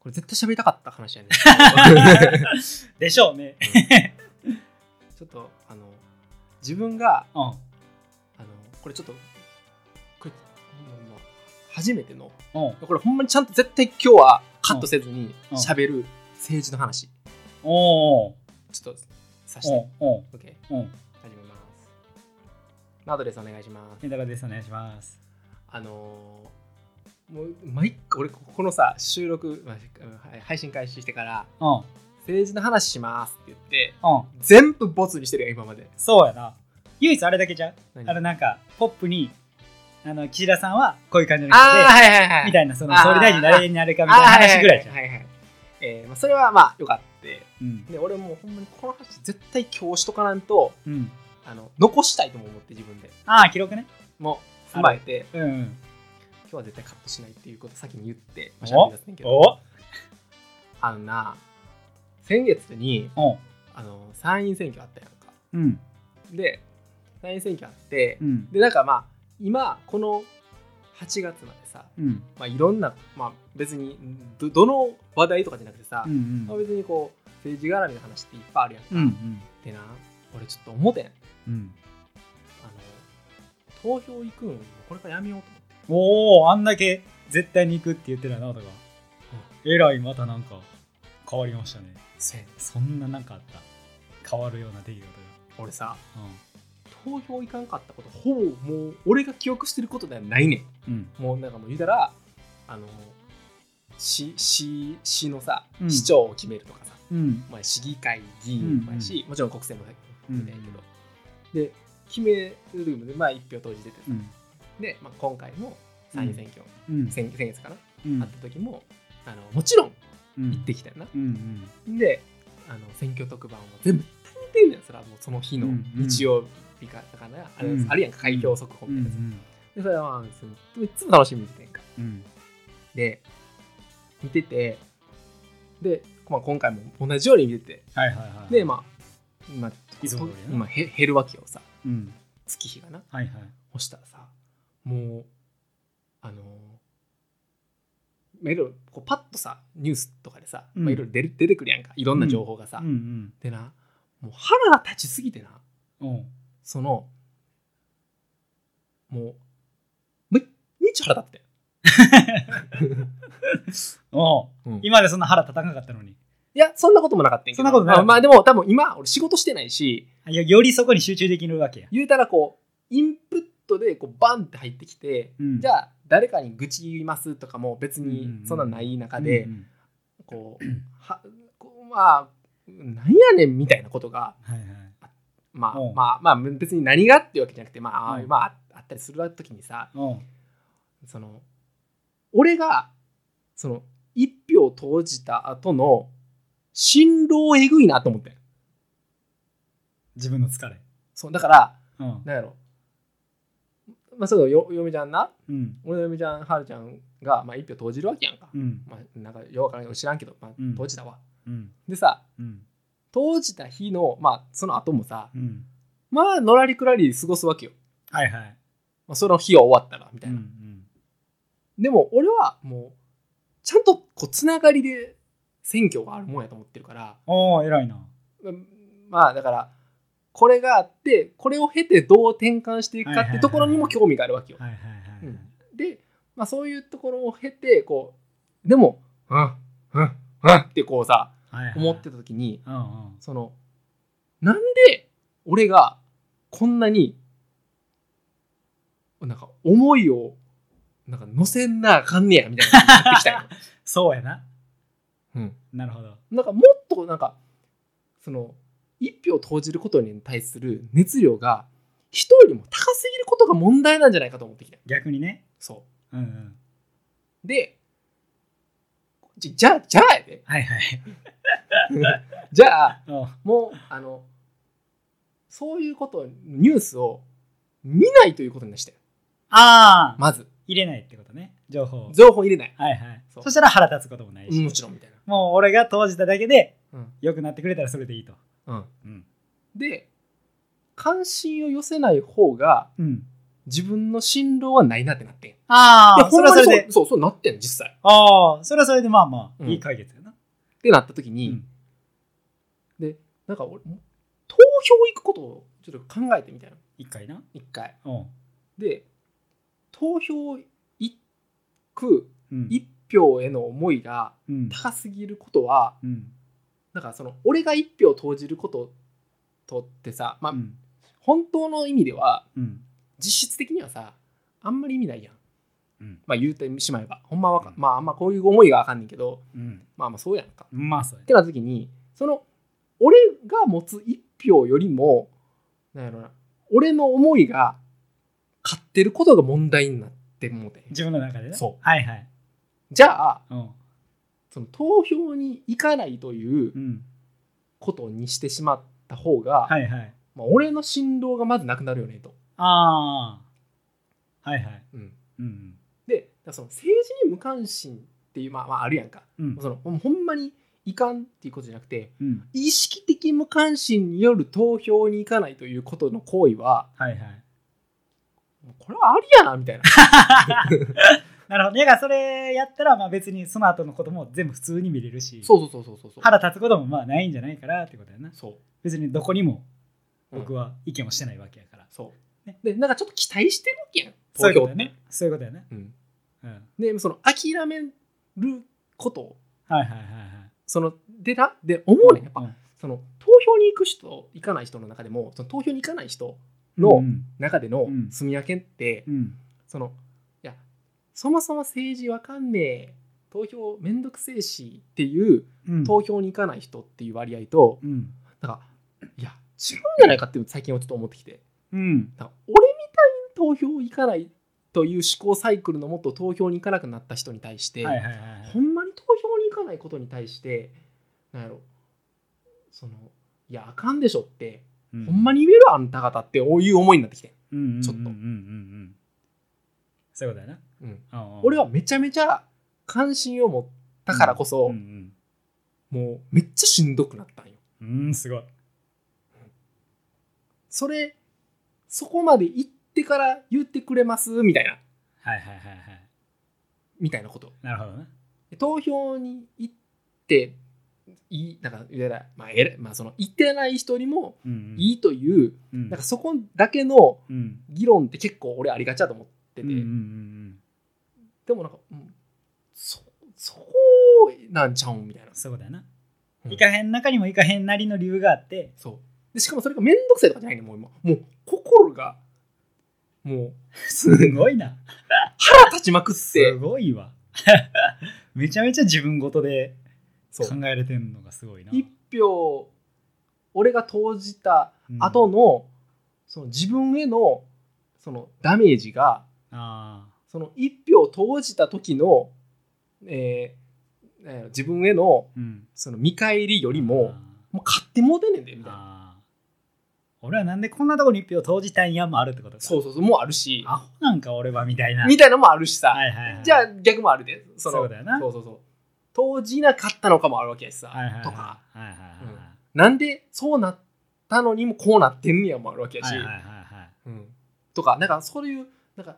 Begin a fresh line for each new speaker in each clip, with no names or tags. これ絶対喋りたかった話 やね。
でしょうね。
ちょっと、あの、自分が、
うん。
あの、これちょっと、これ、もう初めての、
うん。
これほんまにちゃんと絶対今日はカットせずに
うん
喋る政治の話、
おー。
ちょっとさして。
おお
OK。
うん。
始めます。アドレスお願いします。
メダカです。お願いします。
あのーもう毎回俺ここのさ収録、まあうん配信開始してから
うん。うん。
政治の話しますって言って全部ボツにしてるやん今まで
そうやな。唯一あれだけじゃん。
何
あの、なんか、ポップに、あの、岸田さんはこういう感じの人
あーは
で、
いはいはい
みたいな、その、
あー
総理大臣誰になるかみたいな話ぐらいじゃん。
はいはいはいえーまあ、それはまあよかった
うん。
で俺もうほんまにこの話絶対今日しとかなんと
うん。
あの残したいとも思って自分で
ああ、記録ね。
もう踏まえて
うんうん。
今日は絶対カットしないっていうことを先に言って
お
まあ喋り出すねんけど
お
あのな先月に
お
あの参院選挙あったやんか
うん。
で参院選挙あって、
うん。
でなんかまあ今この8月までさ、
うん。
まあ、いろんな、まあ、別にどどの話題とかじゃなくてさ、
うん。うん
まあ、別にこう政治絡みの話っていっぱいあるやんか、
うん。うん
ってな俺ちょっと思てんあ
うん。
の投票行くんこれからやめようと思って
おおあんだけ絶対に行くって言ってたなとか、えらいまたなんか変わりましたね
せん
そんななんかあった変わるような出来事
俺さ
が
投票行かんかったことほぼもう俺が記憶してることではないね
うん
んもうなんかもう言うたらあの市市市のさ、
うん
市長を決めるとかさ
うん
まあ、市議会議員もやし、もちろん国政もみたいやけど、で決めるので、まあ、1票投じててさ、
うん
で、まあ、今回の参院選挙、
うん
先先月かな、
うん
あった時もあのもちろん
うん
行ってきたよな、
うんうん
であの選挙特番を全部見てるやんそれはもうその日の
うんうん
日曜日かだからなあれ,、
うん
あるやんか開票速報
う
みたいなやつ、
ん
でそれはまあ別にいつも楽しみに見ててんか
うん
で見ててで、まあ、今回も同じように見てて
はいはいはい
でまあ、まあ、
いつも通りな
今へ減るわけよさ
うん
月日がな
はいはい
そしたらさもうあのまあいろいろこうパッとさニュースとかでさ、
うん
まあ、いろいろ出る出てくるやんかいろんな情報がさ、
うん
でなもう腹が立ちすぎてな
うんおう
そのもうめっちゃ腹立って
おう
うん
今までそんな腹立たなかったのに
いやそんなこともなかったんやけど
そんなことない
あまあでも多分今俺仕事してないし
いやよりそこに集中できるわけや
言うたらこうインプットでこうバンって入ってきて、
うん
じゃあ誰かに愚痴言いますとかも別
う
に
んうん
そんなんない中で、
うんうん
こうはこうまあなんやねんみたいなことが
はいはい
まあ、
うん
まあまあ別に何がっていうわけじゃなくてまあ、
うん
まああったりする時にさ
おう
その俺がその一票投じた後の辛労えぐいなと思って
自分の疲れ
そうだから
うん
なんやろまあそうよ嫁ちゃんな
うん
俺の嫁ちゃんはるちゃんが、まあ、一票投じるわけやんか、
うん
まあなんかようわからんけど知らんけど、まあ
うん、
投じたわ、
うん
でさ
うん
投じた日のまあその後もさ
うん
まあのらりくらり過ごすわけよ、
はいはい
まあ、その日は終わったらみたいな、
うん
でも俺はもうちゃんとこうつながりで選挙があるもんやと思ってるから
おお偉いな
うんまあだからこれがあってこれを経てどう転換していくかってところにも興味があるわけよ、
はいはいはい、
うんで、まあ、そういうところを経てこうでも「うんうんうん」ってこうさ
はいはい
思ってた時に
うんうん
そのなんで俺がこんなになんか思いをなんか乗せんなあかんねやみたいな感じになってきたよ、
そうやな
うん、
なるほど
なんかもっとなんかその一票投じることに対する熱量が人よりも高すぎることが問題なんじゃないかと思ってきたよ
逆にね
そ
うんうん
うでじじゃあじゃあやで
はいはい
じゃあ
おう
もうあのそういうことニュースを見ないということにしたよ
ああ、
まず
入れないってことね情報を
情報入れない
はいはい
そ
そうしたら腹立つこともないし、
もちろんみたい
もう俺が投じただけで
な、うん
良くなってくれたらそれでいいと
うん、
うん
で関心を寄せない方が
うん
自分の進路はないなってなってん。
あ
で
あ、そ
ほん
れ
ま
は
に
そ
そ
れ
う
で。
そうそうなってんの実際。っ
ああ、それはそれでまあまあ、
うん
いい解決やな。
てなった時に、
うん
でなんか俺投票行くことをちょっと考えてみたいな
一回な。
一回。
うん。
で投票行く
うん。
一票への思いが
うん。
高すぎることは
うん。
なんかその俺が一票投じることとってさ、まあ、
うん。
本当の意味では
うん。
実質的にはさあんまり意味ないやん、
うん
まあ言うてしまえばほんまはか、
うん
まああんまこういう思いがあかんねんけど
うん。
まあまあそうやんかっ
まあ、そうや
てなった時にその俺が持つ一票よりもなんやろな俺の思いが勝ってることが問題になってもうて
自分の中でね。。
そう
はいはい。
じゃあ
うん。
その投票に行かないという
うん。
ことにしてしまった方が、
はいはい。
まあ、俺の振動がまずなくなるよねと。
ああ。はいはい。
うん、
うん。
でその政治に無関心っていう、まあ、まああるやんか
うん。
そのほんほんまにいかんっていうことじゃなくて
うん。
意識的無関心による投票に行かないということの行為は
はいはい。
もうこれはありやなみたいな
なるほど。いやだからそれやったら、まあ別にその後のことも全部普通に見れるし、
そうそうそうそうそうそう
腹立つこともまあないんじゃないからってことやな。
そ
別にどこにも
うん
僕は意見をしてないわけやから。
そう
ね
でなんかちょっと期待してるわけやん
そ
投
ういうこ
票
とやね。そういうことやね。
うん、
うん。
でその諦めること
はいはいはいはい。
そのでなで思うねんやっぱ、
うん
その投票に行く人行かない人の中でもその投票に行かない人
う
の
ん
中での
うん
住み分けって、
うん
そのいやそもそも政治わかんねえ投票めんどくせえしっていう
うん
投票に行かない人っていう割合と、
うん
なんかいや違うんじゃないかっていう最近はちょっと思ってきて
うん
なんか俺みたいに投票行かないという思考サイクルのもっと投票に行かなくなった人に対して、
はいはいはいはい
ほんまに投票に行かないことに対してなんやろそのいやあかんでしょって、
うん
ほんまに言えるあんた方っていう思いになってきてん、
うんうんうん
ちょっと
うんうんうんそういうことやな
うん
うんうん
俺はめちゃめちゃ関心を持ったからこそ、
うん
もうめっちゃしんどくなったんよ
うんうんすごい
それそこまで行ってから言ってくれますみたいな
はいはいはいはい
みたいなこと
なるほどね
投票に行っていいなんか偉いまあ偉いまあその行ってない人にも
うんうん
いいという、
うん
なんかそこだけの
うん
議論って結構俺ありがちだと思ってて、
うんうんうん
でもなんか、うん、そそこなんちゃうんみたいな
そういうことやな
うん
いかへん中にもいかへんなりの理由があって
そうでしかもそれが面倒くさいとかじゃないねもう今もう心がもう
す ごいな
腹立ちまくっ
す
て
ごいわ めちゃめちゃ自分ごとで
そ
考
う
えれてんのがすごいな
一票俺が投じた
うん
後の、その自分へのそのダメージが
あ
その一票投じた時の、えーなんやろ自分への
ーうん
その見返りよりも
あー
もう買ってもうてんねんでみたいな
あー俺はなんでこんなとこに一票投じたんやもあるってことか
そうそうそうもうあるし
アホなんか俺はみたいな
みたいなのもあるしさ、
はいはいはい
じゃあ逆もあるでその
そうだよな
そうそうそう投じなかったのかもあるわけやしさ、
はいはいはい
とか
はいはいはい
なんでそうなったのにもこうなってんねやもあるわけやし、
はいはいはいはい
うん、とかなんかそういうなんか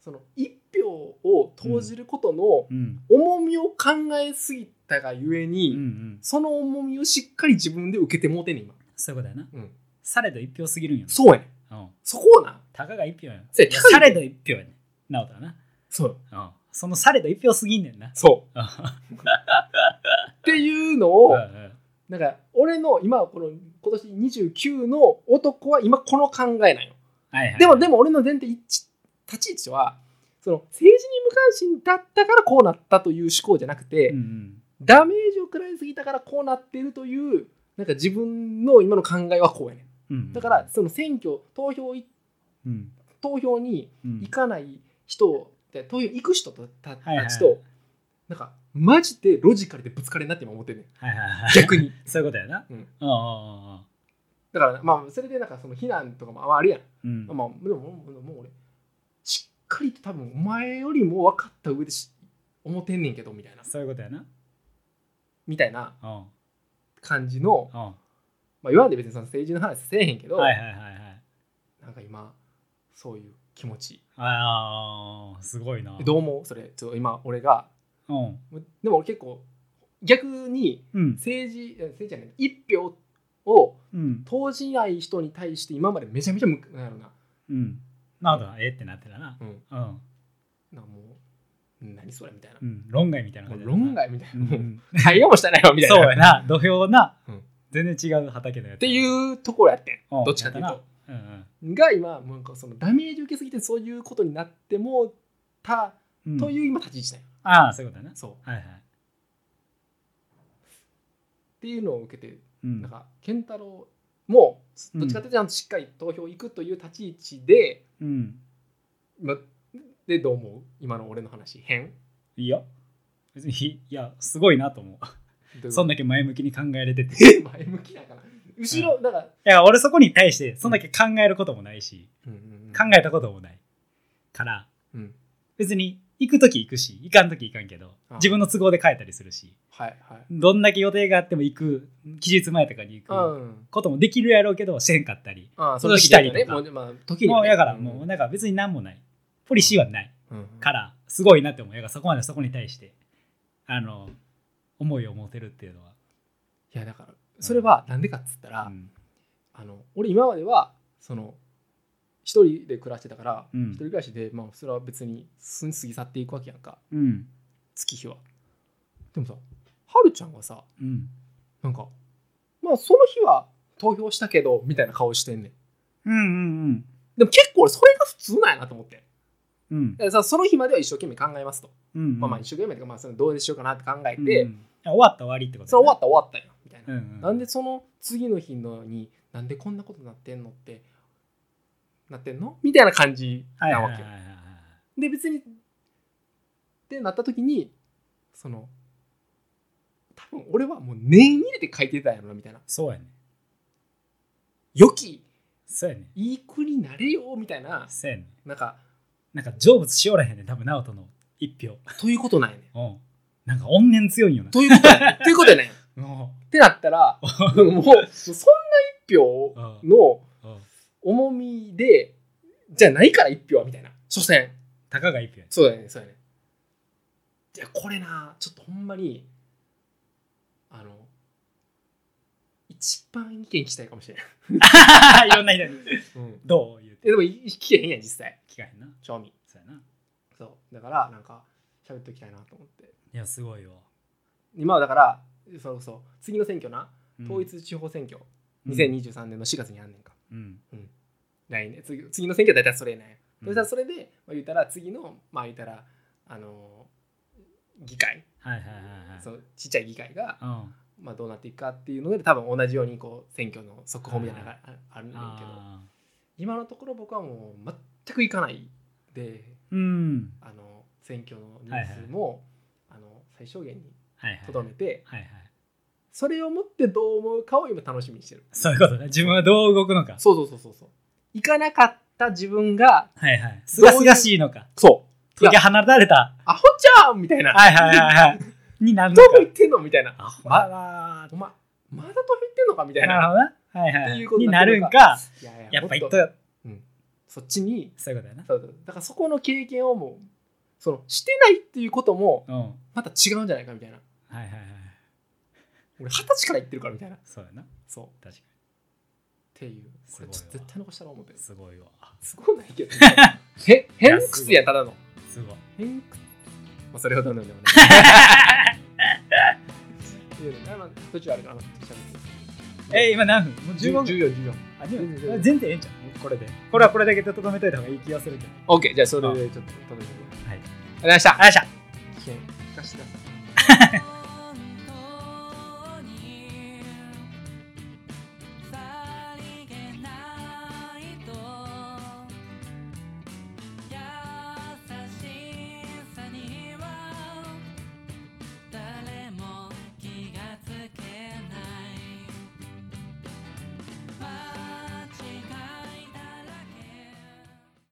その一票を投じることの
うん
重みを考えすぎたがゆえ
う
に、
んうん
その重みをしっかり自分で受けてもうてんねん今、
そういうことやな
うん、
されど一票すぎるんやな
そうやねん
うん
そこをな
たかが一票やん
そうや
されど一票やねんなおたらな
そう
うんそのされど一票すぎんねんな
そう
うん
っていうのを、
うんうん
なんか俺の今この今年29の男は今この考えなんよ
はいはい
でもでも俺の前提一致立ち位置はその政治に無関心だったからこうなったという思考じゃなくて、
うんうん
ダメージを食らいすぎたからこうなってるというなんか自分の今の考えはこうやねん
うん
だからその選挙投票い
うん
投票に
うん
行かない人で投票行く人た
はいはい
たちとなんかマジでロジカルでぶつかれんなって今思ってるねん
はいはいはい
逆に
そういうことやな
うん
うんうんうん
だからまあそれでなんかその非難とかもああるやん
う
まあ、
ん
でももうもう俺しっかりと多分お前よりも分かった上でし思ってんねんけどみたいな
そういうことやな
みたいな
うん
感じの、
うん
まあ、言わんで別にその政治の話せえへんけど、
はいはいはいはい
なんか今そういう気持ち
ああすごいな
どう思うそれちょっと今俺が
うん
でも俺結構逆に
うん
政治え政治じゃない一票を
うん
投じない人に対して今までめちゃめちゃむなんやろな,、
うんなんだえってなってたな
うん、
うん
なんかもう何それみたいな
う、ん論外みたいな
も
感
う
じ
論外みたいな、
うんう
もうん対応もしてないよみたいな
そうやな土俵な
うん
全然違う畑のやつ
っていうところやってん
うん
どっちかという
や
と
たなうん
が今もうなんかそのダメージ受けすぎてそういうことになってもうた
うんうん
という今立ち位置だよ、
ああそういうことやな
そうっ
はいはい
ていうのを受けて
うん
なんか健太郎も
うん
どっちかというとちゃんとしっかり投票行くという立ち位置で、
うん
ま、でどう思う今の俺の話変
いいよ別にいやすごいなと思うそんだけ前向きに考えれてて
け前向きだから後ろ、だから、
いや、俺そこに対して、そんだけ考えることもないし、
うんうんうん
考えたこともない。から、
うん
別に、行くとき行くし、行かんとき行かんけど
あ、
自分の都合で変えたりするし、
はいはい
どんだけ予定があっても行く、期日前とかに行
う
く
ん
こともできるやろうけど、せんかったり。
ああ
それをしたりと
ね
か
もうまあ時に
も
は
う、
ね
やから、もう、なんか別になんもない。ポリシーはない。
うん
から、すごいなって思う。やから、そこまでそこに対して、あの、思いを持てるっていうのは。
いやだからそれはなんでかっつったら、
うん
あの俺今まではその一人で暮らしてたから、
うん
一人暮らしで、まあ、それは別に過ぎ去っていくわけやんか
うん。
月日はでもさはるちゃんはさ
うん。
なんかまあその日は投票したけどみたいな顔してんねん
うんうん
でも結構俺それが普通なんやなと思って
うん。うん
だ。からさその日までは一生懸命考えますと、
うん
まあまあ一生懸命とか、まあ、そのどうでしようかなって考え
で、
て、
あ終わったら終わりってこと
それ終わったら終わったよみたいな、
うんうん、
なんでその次の日のになんでこんなことなってんのってなってんのみたいな感じ
はい
な
は
わ
いは
け
い
よ
はいはい
で別にってなった時にその多分俺はもう念入れて書いてたんやろなみたいな
そうやね
良き
そうやね
いい子になれよみたいな
そうやね
なんか
なんか成仏しおらへんね多分直人の一票
ということなんやねん
うんなんか怨念強いんよな
ということやね んということやねんっ
うんうん
てなったらもうそんな一票の
うん
重みでじゃないから一票はみたいな所詮
たかが 一票やね
そうだねそうだねいやこれなちょっとほんまにあの一番意見聞きたいかもしれない、
いろんな人に
うん、
どう言うて
えでもい聞けへんやん実際
聞かへんな
興味
そうやな
そうだからなんか喋っておきたいなと思って
いやすごいよ
今はだからそれこそ次の選挙な
うん
統一地方選挙、
うん
2023年の4月にあんねんか
うん
来年次次の選挙は大体それなんや、
うん
そしたらそれで、まあ、言うたら次のまあ言うたらあの議会、
はいはいはいはい
そのちっちゃい議会が
うん
まあ、どうなっていくかっていうので多分同じようにこう選挙の速報みたいなのがああるんだけど
あ
今のところ僕はもう全く行かないで
ーうん
あの選挙の人数も、あの最小限に
はいはい
とどめて
はいはい
それをもってどう思うかを今楽しみにしてる
そういうことね自分はどう動くのか
そうそうそうそうそう行かなかった自分が
はいはいすがすがしいのか
そう
解き放たれた
アホちゃんみたいな、
はいはいはいはいになる
ど
の
こ
か
行ってんのみたいな
あほ
ま
ら
お前まだ飛び行ってんのかみたい
なる
な
ほどな。はいは
って
い
いうこ。と
に
に
な
な
る
る
ん
の
か、
いやいや
やっぱ
も
言
っ
っと
と
よ。
そっちに
そういうことやな。
そうそうだからそこの経験をもうそのしてないっていうことも
うん。はい
また違うんじゃないかみたいな
はいはい。
俺二十歳から言ってるからみたいな
そうやな。
そうっ
確か
ていうこれちょっと
すごいわ
絶対残したら思って
に。すごいわ。
すごないけど へ偏屈やただの
すごい。
偏屈まあそれほどなんでもねいやでもまあ途中あるから
え、今何分もう
十
15分。
14 14
あ、でも
十分
全然ええんちゃうこれで。これはこれだけでとどめといた方がいい気がするけど。
OK じゃあそれでちょっと食べてみよう
は
あ
い。
りがとうございました
あらっしゃ。
危険聞かせてください